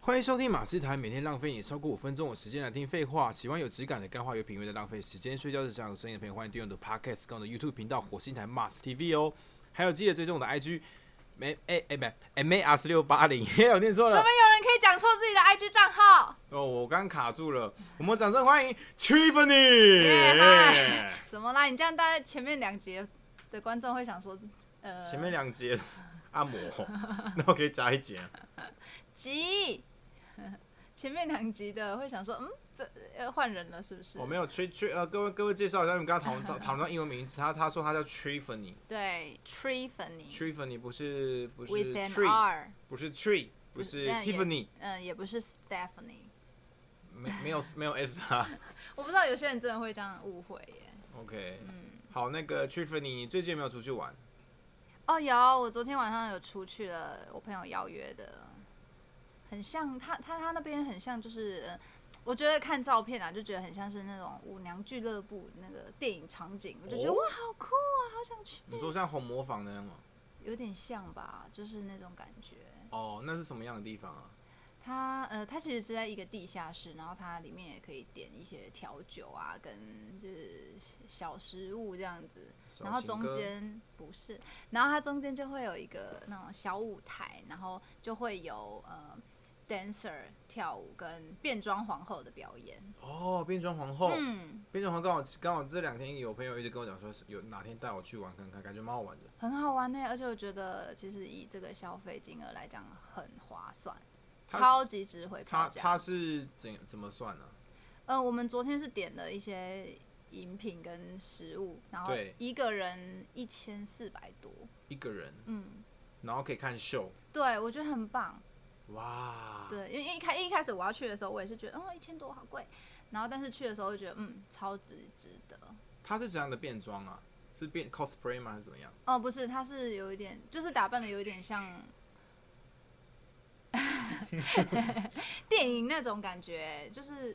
欢迎收听马斯台，每天浪费你超过五分钟的时间来听废话。喜欢有质感的干话，有品味的浪费时间睡觉是想有声音的朋友，欢迎订阅我的 Podcast 跟我的 YouTube 频道火星台 Mars TV 哦。还有记得追踪我的 IG，没哎哎不 M A R 四六八零， 哎我念错怎了么，有人可以讲错自己的 IG 账号？哦，我刚卡住了。我们掌声欢迎 Tiffany。耶嗨什么啦？你这样大家前面两节的观众会想说，呃，前面两节按 摩，那我可以加一节。啊集，前面两集的会想说，嗯，这呃换人了是不是？我没有 t r 呃，各位各位介绍一下，你们刚刚讨论到讨论到英文名字，他他说他叫 Tiffany。对，Tree Funny Tiffany 不是不是 with an tree， R，不是 tree，不是那也 Tiffany，嗯，也不是 Stephanie。没没 有没有 S 啊。我不知道有些人真的会这样误会耶。 OK，嗯，好，那个 Tiffany，你最近有没有出去玩？哦，有，我昨天晚上有出去了，我朋友邀约的，很像他他他那边很像就是。呃我觉得看照片啊，就觉得很像是那种舞娘俱乐部那个电影场景，我就觉得、哦哇，好酷啊，好想去，你说像红磨坊那样吗？有点像吧，就是那种感觉。哦，那是什么样的地方啊？它呃，它其实是在一个地下室，然后它里面也可以点一些调酒啊，跟就是小食物这样子。小然后啊情中歌间不是，然后它中间就会有一个那种小舞台，然后就会有呃 dancer 跳舞跟变装皇后的表演。哦，变装皇后，嗯，变装皇后刚好刚好这两天有朋友一直跟我讲说，是有哪天带我去玩看看，感觉蛮好玩的。很好玩呢、而且我觉得其实以这个消费金额来讲很划算，它是超级值回他票价他。是怎怎么算呢、呃，我们昨天是点了一些饮品跟食物，然后对一个人一千四百多。一个人，嗯，然后可以看秀，对，我觉得很棒。哇，对，因为一开一开始我要去的时候，我也是觉得，哦，一千多好贵。然后，但是去的时候就觉得，嗯，超值值得。他是怎样的变装啊？是变 cosplay 吗？还是怎么样？哦，不是，他是有一点，就是打扮的有一 点像 电影那种感觉，欸就是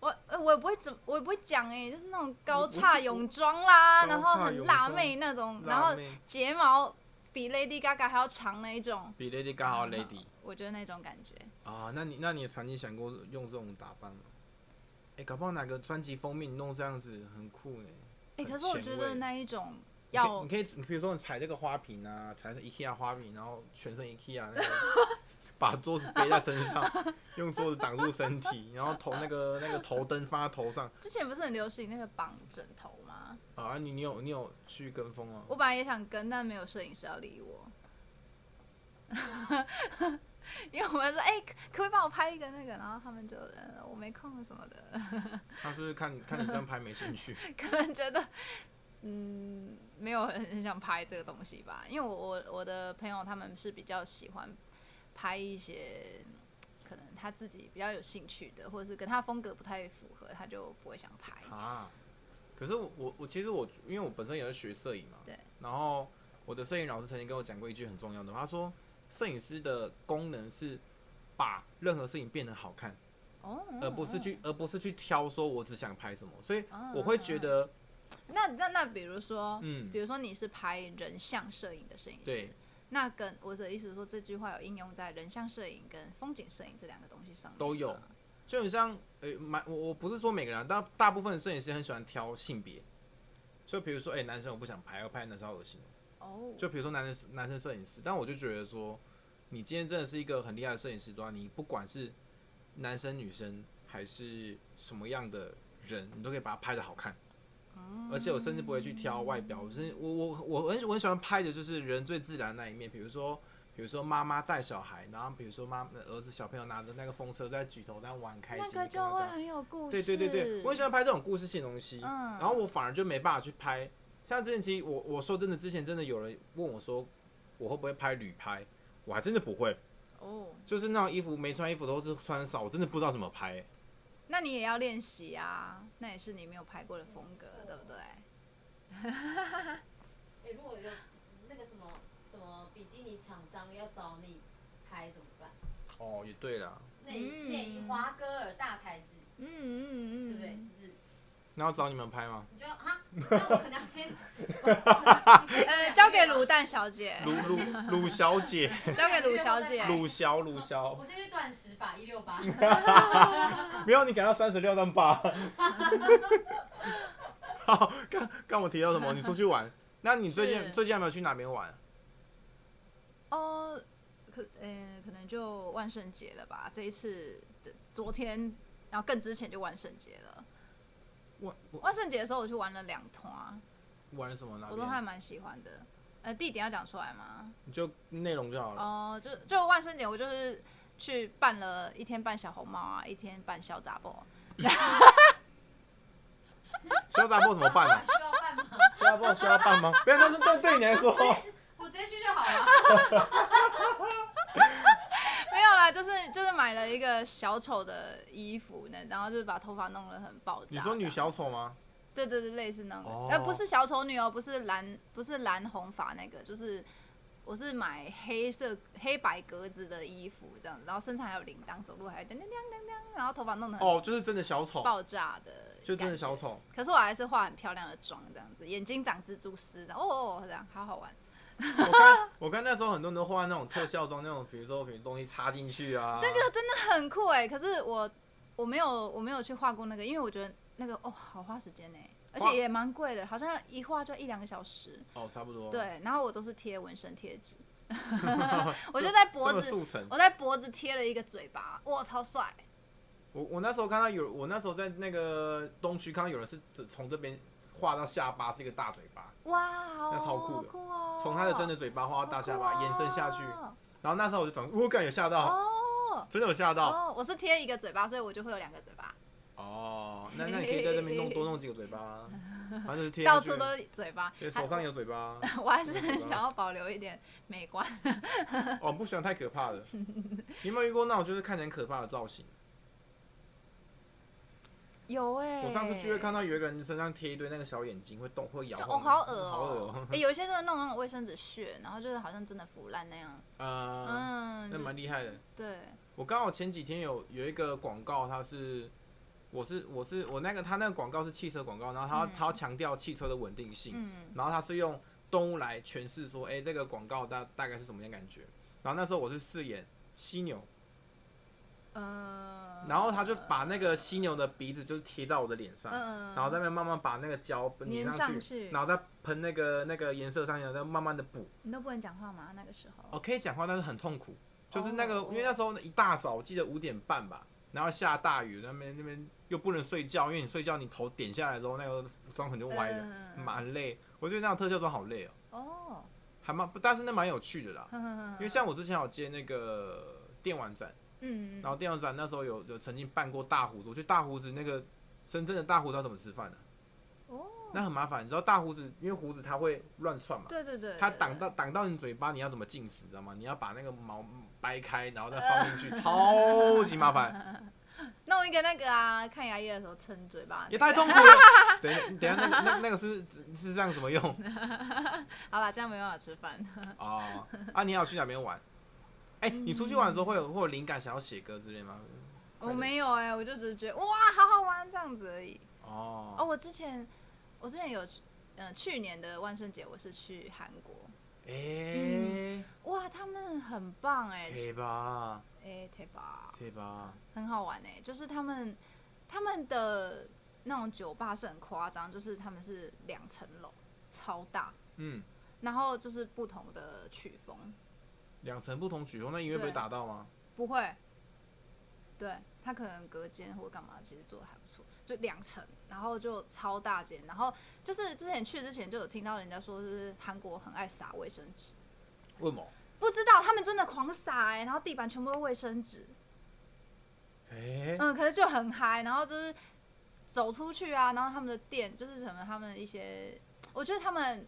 我呃我也不会怎，我也不会讲哎、就是那种高叉泳装啦，高然后叉很泳辣装妹那种，嗯然辣后妹睫毛比 Lady Gaga 还要长那一种，比 Lady Gaga 嗯好 Lady 我觉得那种感觉。啊，那你那你曾经想过用这种打扮吗？哎、搞不好哪个专辑封面你弄这样子很酷呢、哎、很可是我前觉卫得那一种你可以要你可以，你比如说你踩这个花瓶啊，踩这 IKEA 花瓶，然后全身 IKEA 那个，把桌子背在身上，用桌子挡住身体，然后头那个那个头灯放在头上之前不是很流行那个绑枕头吗？啊，你你有你有去跟风吗？我本来也想跟，但没有摄影师要理我。 因为我们说，哎、可可不可以帮我拍一个那个？然后他们就，呃，我没空什么的， 他是不是看看你这样拍没兴趣，可能觉得，嗯，没有很很想拍这个东西吧。因为我我我的朋友他们是比较喜欢拍一些可能他自己比较有兴趣的，或者是跟他风格不太符合，他就不会想拍。啊，可是我我我其实我因为我本身也是学摄影嘛，对，然后我的摄影老师曾经跟我讲过一句很重要的话，他说摄影师的功能是把任何事情变得好看，哦，而不是去而不是去挑说我只想拍什么，所以嗯我会嗯觉嗯得那那那，比如说，嗯比如说你是拍人像摄影的摄影师对，那跟我的意思是说，这句话有应用在人像摄影跟风景摄影这两个东西上面都有吗就很像呃蛮我我不是说每个人啊，大大部分的摄影师很喜欢挑性别，就比如说哎、男生我不想拍，我拍男生好恶心哦，哦，就比如说男生男生摄影师，但我就觉得说，你今天真的是一个很厉害的摄影师的话，你不管是男生女生还是什么样的人，你都可以把它拍的好看。哦而且我甚至不会去挑外表，我是我我我很我很喜欢拍的就是人最自然的那一面，比如说比如说妈妈带小孩，然后比如说妈儿子小朋友拿着那个风车在举头，但玩很开那心，个干就嘛这会样很有故对事。对对对，我很喜欢拍这种故事性的东西。嗯然后我反而就没办法去拍。像之前其实我我说真的，之前真的有人问我说我会不会拍旅拍，我还真的不会，哦，就是那种衣服没穿衣服都是穿少，我真的不知道怎么拍、欸那你也要练习啊，那也是你没有拍过的风格，对不对？哎、如果有那个什么什么比基尼厂商要找你拍怎么办？哦，也对啦，那你嗯那你华歌尔大牌子，嗯嗯嗯，对不对？是不是？那要找你们拍吗？你就哈，那我可能要先，呃，交给卤蛋小姐， 鲁鲁鲁小姐，交给卤小姐。鲁小鲁小我，先去断食吧，一六八，没有你给到三十六万八。 好，刚刚我提到什么？你出去玩，那你最嗯是近最近有没有去哪边玩？哦，可呃，可能就万圣节了吧？这一次的昨天，然后更之前就万圣节了。玩玩万圣节的时候我去玩了两团，啊玩了什么？哪我都还边？蛮喜欢的。呃，地点要讲出来吗？你就内容就好了。哦、就就万圣节我就是去扮了一天扮小红帽啊，一天扮小杂啊包。小杂货怎么办呢？需要办吗？需要帮需要办吗？ 没有，那是对对你来 说。我直接去就好了。没有啦，就是就是买了一个小丑的衣服呢，然后就是把头发弄得很爆炸。你说女小丑吗？对对对，类似那种感觉，哦呃，不是小丑女哦，不是蓝，不是蓝红发那个，就是我是买黑色黑白格子的衣服这样子，然后身上还有铃铛，走路还有叮叮叮叮叮，然后头发弄得很哦，就是真的小丑，爆炸的，就真的小。丑。可是我还是化很漂亮的妆这样子，眼睛长蜘蛛丝的，哦哦，哦这样好好玩。 我看我看那时候很多人都画那种特效妆，那种比如说比如东西插进去啊，那个真的很酷哎，可是我我没有我没有去画过那个，因为我觉得那个哦好花时间呢，欸而花且也蛮贵的，好像一画就一两个小时。哦，差不多。，对，然后我都是贴纹身贴 纸， 我就在脖这么子，速成。我在脖子贴了一个嘴巴，哇，超帅！我我那时候看到有，我那时候在那个东区看到有人是只从这边画到下巴是一个大嘴巴，哇，好那超酷的酷哦！从他的真的嘴巴画到大下巴延伸下去。啊然后那时候我就转，我感有吓到，哦真的有吓到。哦，我是贴一个嘴巴，所以我就会有两个嘴巴，哦，那那你可以在这边弄多弄几个嘴巴 啊，然后就是贴上到去处都是嘴巴。对，手上有嘴巴。还 我还是有很嘴巴想要保留一点美观。 哦，不喜欢太可怕的。你有没有遇过那种就是看起来很可怕的造型？ 有哎，我上次聚会看到有一个人身上贴一堆那个小眼睛，会动会摇就晃的。哦，好恶好恶哦哦！哎，有一些真的弄那种卫生纸屑，然后就是好像真的腐烂那样。 呃，嗯，那就蛮厉害的。对，我刚好前几天有有一个广告，它是我是我是我那个他那个广告是汽车广告，然后他嗯他要强调汽车的稳定性，嗯然后他是用动物来诠释说，哎、这个广告大大概是什么样感觉。然后那时候我是饰演犀牛，嗯，然后他就把那个犀牛的鼻子就是贴到我的脸上，嗯，然后在那边慢慢把那个胶粘粘上上去然后再喷那个那个颜色上去，然后再慢慢的补。你都不能讲话吗？那个时候哦，可以讲话，但是很痛苦，就是那个，哦因为那时候一大早，我记得五点半吧，然后下大雨，那边那边又不能睡觉，因为你睡觉你头点下来之后，那个妆很就歪了，嗯蛮累。我觉得那种特效妆好累哦，哦，还蛮，但是那蛮有趣的啦。呵呵呵因为像我之前有接那个电玩展，嗯，嗯然后电玩展那时候有有曾经办过大胡子，我去大胡子那个深圳的大胡子要怎么吃饭啊呢、哦，那很麻烦，你知道大胡子，因为胡子它会乱窜嘛，对对对，它对挡到挡到你嘴巴，你要怎么进食，知道吗？你要把那个毛掰开，然后再放进 去，超级麻烦，弄一个那个啊，看牙医的时候撑嘴巴，也太痛苦 了。等一等一下，那那那个是是这样怎么用好啦，这样没办法吃饭。哦？啊，你还有去哪边玩？哎、嗯你出去玩的时候会有会有灵感想要写歌之类吗？快我点没有哎、我就只是觉得哇，好好玩这样子而已。哦，哦，我之前我之前有，嗯、去年的万圣节我是去韩国，哎、哇，他们很棒哎、贴吧，哎、太棒。贴吧，很好玩哎、就是他们他们的那种酒吧是很夸张，就是他们是两层楼，超大，嗯，然后就是不同的曲风，两层不同曲风，那音乐对被打到吗？不会，对他可能隔间或干嘛，其实做的还不错，就两层，然后就超大间，然后就是之前去之前就有听到人家说，就是韩国很爱撒卫生纸，为什么？不知道他们真的狂撒哎、然后地板全部都卫生纸，哎、嗯，可是就很嗨，然后就是走出去啊，然后他们的店就是什么，他们一些，我觉得他们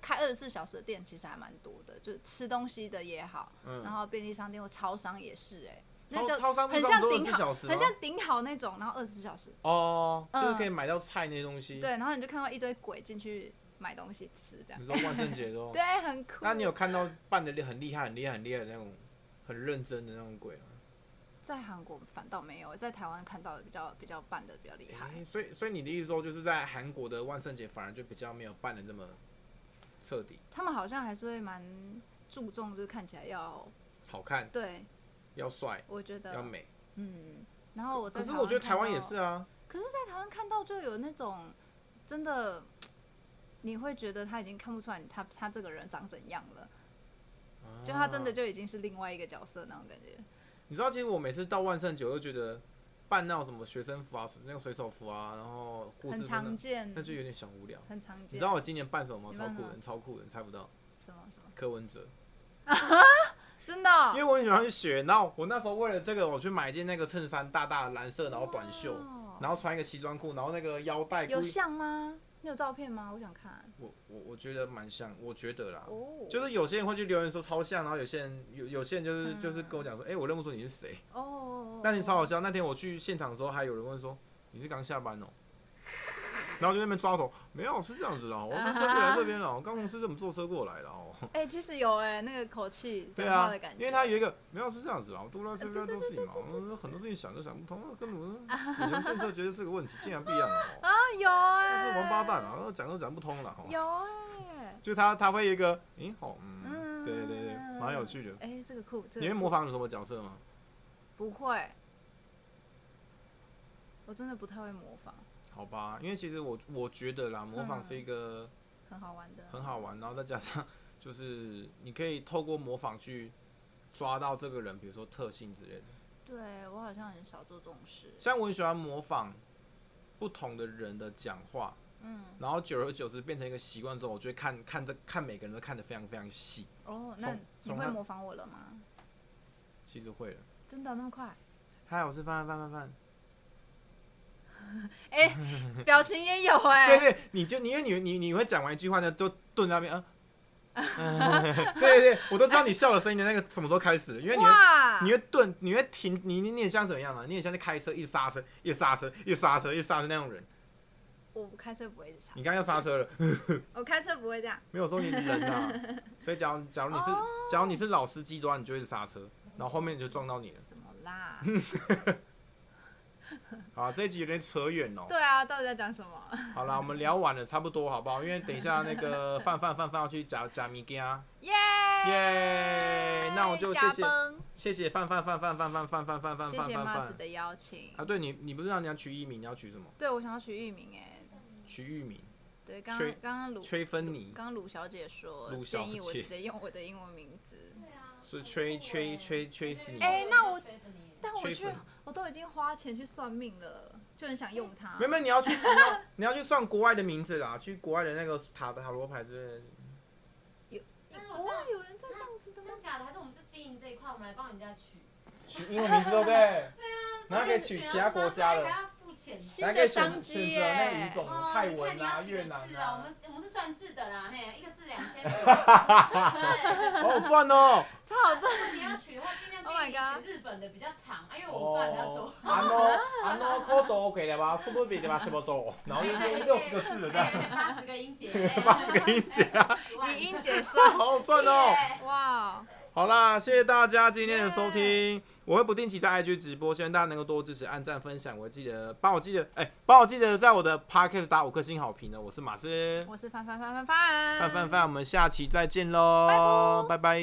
开二十四小时的店其实还蛮多的，就是吃东西的也好，然嗯，后便利商店或超商也是、欸，哎，那超就超商不很是像都二十顶四好，小时吗很？像顶好那种，然后二十四小时，哦，嗯就是可以买到菜那些东西。对，然后你就看到一堆鬼进去买东西吃这样，你说万圣节的时候，对，很酷。那你有看到扮的很厉害、很厉害、很厉害的那种很认真的那种鬼吗？在韩国反倒没有，在台湾看到的比较比较办的比较厉害。诶所以所以你的意思说，就是在韩国的万圣节反而就比较没有办的这么彻底，他们好像还是会蛮注重，就是看起来要好看对，要帅我觉得要美。嗯。然后我在可是我觉得台湾也看到是啊，可是，在台湾看到就有那种真的，你会觉得他已经看不出来你他他这个人长怎样了，就他真的啊就已经是另外一个角色那种感觉。你知道，其实我每次到万圣节，我都觉得办那种什么学生服啊、那个水手服啊，然后护士很服常那，见，那就有点小无聊。很常见。你知道我今年扮什么吗？你超扮酷什么人，超酷人，猜不到。什么什么？柯文哲，真的因为哦、我很喜欢去学，然后我那时候为了这个，我去买一件那个衬衫，大大的蓝色，然后短袖，哇然后穿一个西装裤，然后那个腰带故哦有意，像吗？你有照片吗？我想看。我我我觉得蛮像，我觉得啦，哦，就是有些人会去留言说超像，然后有些人有有些人就是就是跟我讲说，哎、我认不出你是谁。哦嗯哦，那天超好笑。笑，那天我去现场的时候，还有人问说你是刚下班哦、 然后就在那边抓头，没有是这样子的哦，我坐车来这边了，我刚从市政府坐车过来了哦。哎、其实有哎、那个口气对讲话啊的感，觉，因为他有一个没有是这样子啦，我多了是不是多事情嘛， 我很多事情想都想不通，啊跟我们你们政策觉得是个问题，竟然不一样了哦，啊有哎、那是王八蛋啊，讲都讲不通了哦。有哎、就他他会有一个，咦，好，嗯，嗯，对对对，蛮有趣的。哎、这个酷，这个你会酷模仿什么角色吗？不会，我真的不太会模仿，好吧，因为其实我我觉得啦，模仿是一个。很好玩的。很好玩，然后再加上 就是你可以透过模仿去抓到这个人，比如说特性之类的。对我好像很少做这种事。像我很喜欢模仿不同的人的讲话，嗯，然后久而久之变成一个习惯之后，我就会看看这看每个人都看得非常非常细。哦，从那你从会他模仿我了吗？其实会了。真的那么快？嗨，我是范范范范哎、表情也有哎、范。对对，你就你因为你你你会讲完一句话呢，都顿在那边啊。嗯 对对对，我都知道你笑的声音的那个什么时候开始了，因为你会哇，你会顿，你会停，你你你很像怎么样啊？你很像在开车，一刹车，一刹车，一刹车，一刹车那种人。我不开车不会刹你，刚刚要刹车了，我开车不会这样。没有说你人 啊。所以假如假如你是、哦假如你是老司机的话，你就会刹车，然后后面就撞到你了。什么啦？好，这一集有点扯远哦。 对啊，到底在讲什么？好啦，我们聊完了，差不多好不好？因为等一下那个范范范范要去假假米家， 耶耶！那我就谢谢加崩谢谢范范范范范范范范范范谢范谢范 Mas 范。的邀请。啊，对你你不是让你要取艺名，你要取什么？对，我想要取域名哎，取艺名，对，刚崔刚刚刚鲁崔芬妮。刚刚鲁小姐说鲁小姐建议我直接用我的英文名字，对啊，是吹吹吹吹死你哎那我但但我缺去粉我都已经花钱去算命了，就很想用它。没有没有，你要去你要你要去算国外的名字啦，去国外的那个塔塔罗牌之类的。我国这外样有人在这样子的真吗的？假的？还是我们就经营这一块，我们来帮人家取，取英文名字对不对？对啊。然后可以取其他国家然的，后还要付钱。新然后可的以选商选择机那耶语！种，哦，泰你看文你啊、要越几南个字啊，我啊们，我们是算字的啦，嘿，一个字两千。对，好好赚哦。超好赚，如果你要取的话，尽量 Oh my 建议 god 取日本的比较长，啊，因为我们赚比较多。。 啊喏啊喏，可多给了吧，是不是比的吧，什么多？然后就对六十个字了这样，哎八十个音节，哎八十个音节啊， 40万语音解说，好好赚哦。对哇，好啦，谢谢大家今天的收听。我会不定期在 IG 直播，希望大家能够多支持、按赞、分享。我记得帮我记得，哎、帮我记得在我的 Podcast 打五颗星好评呢。我是马斯我是范范范范范范范范，我们下期再见喽，拜拜。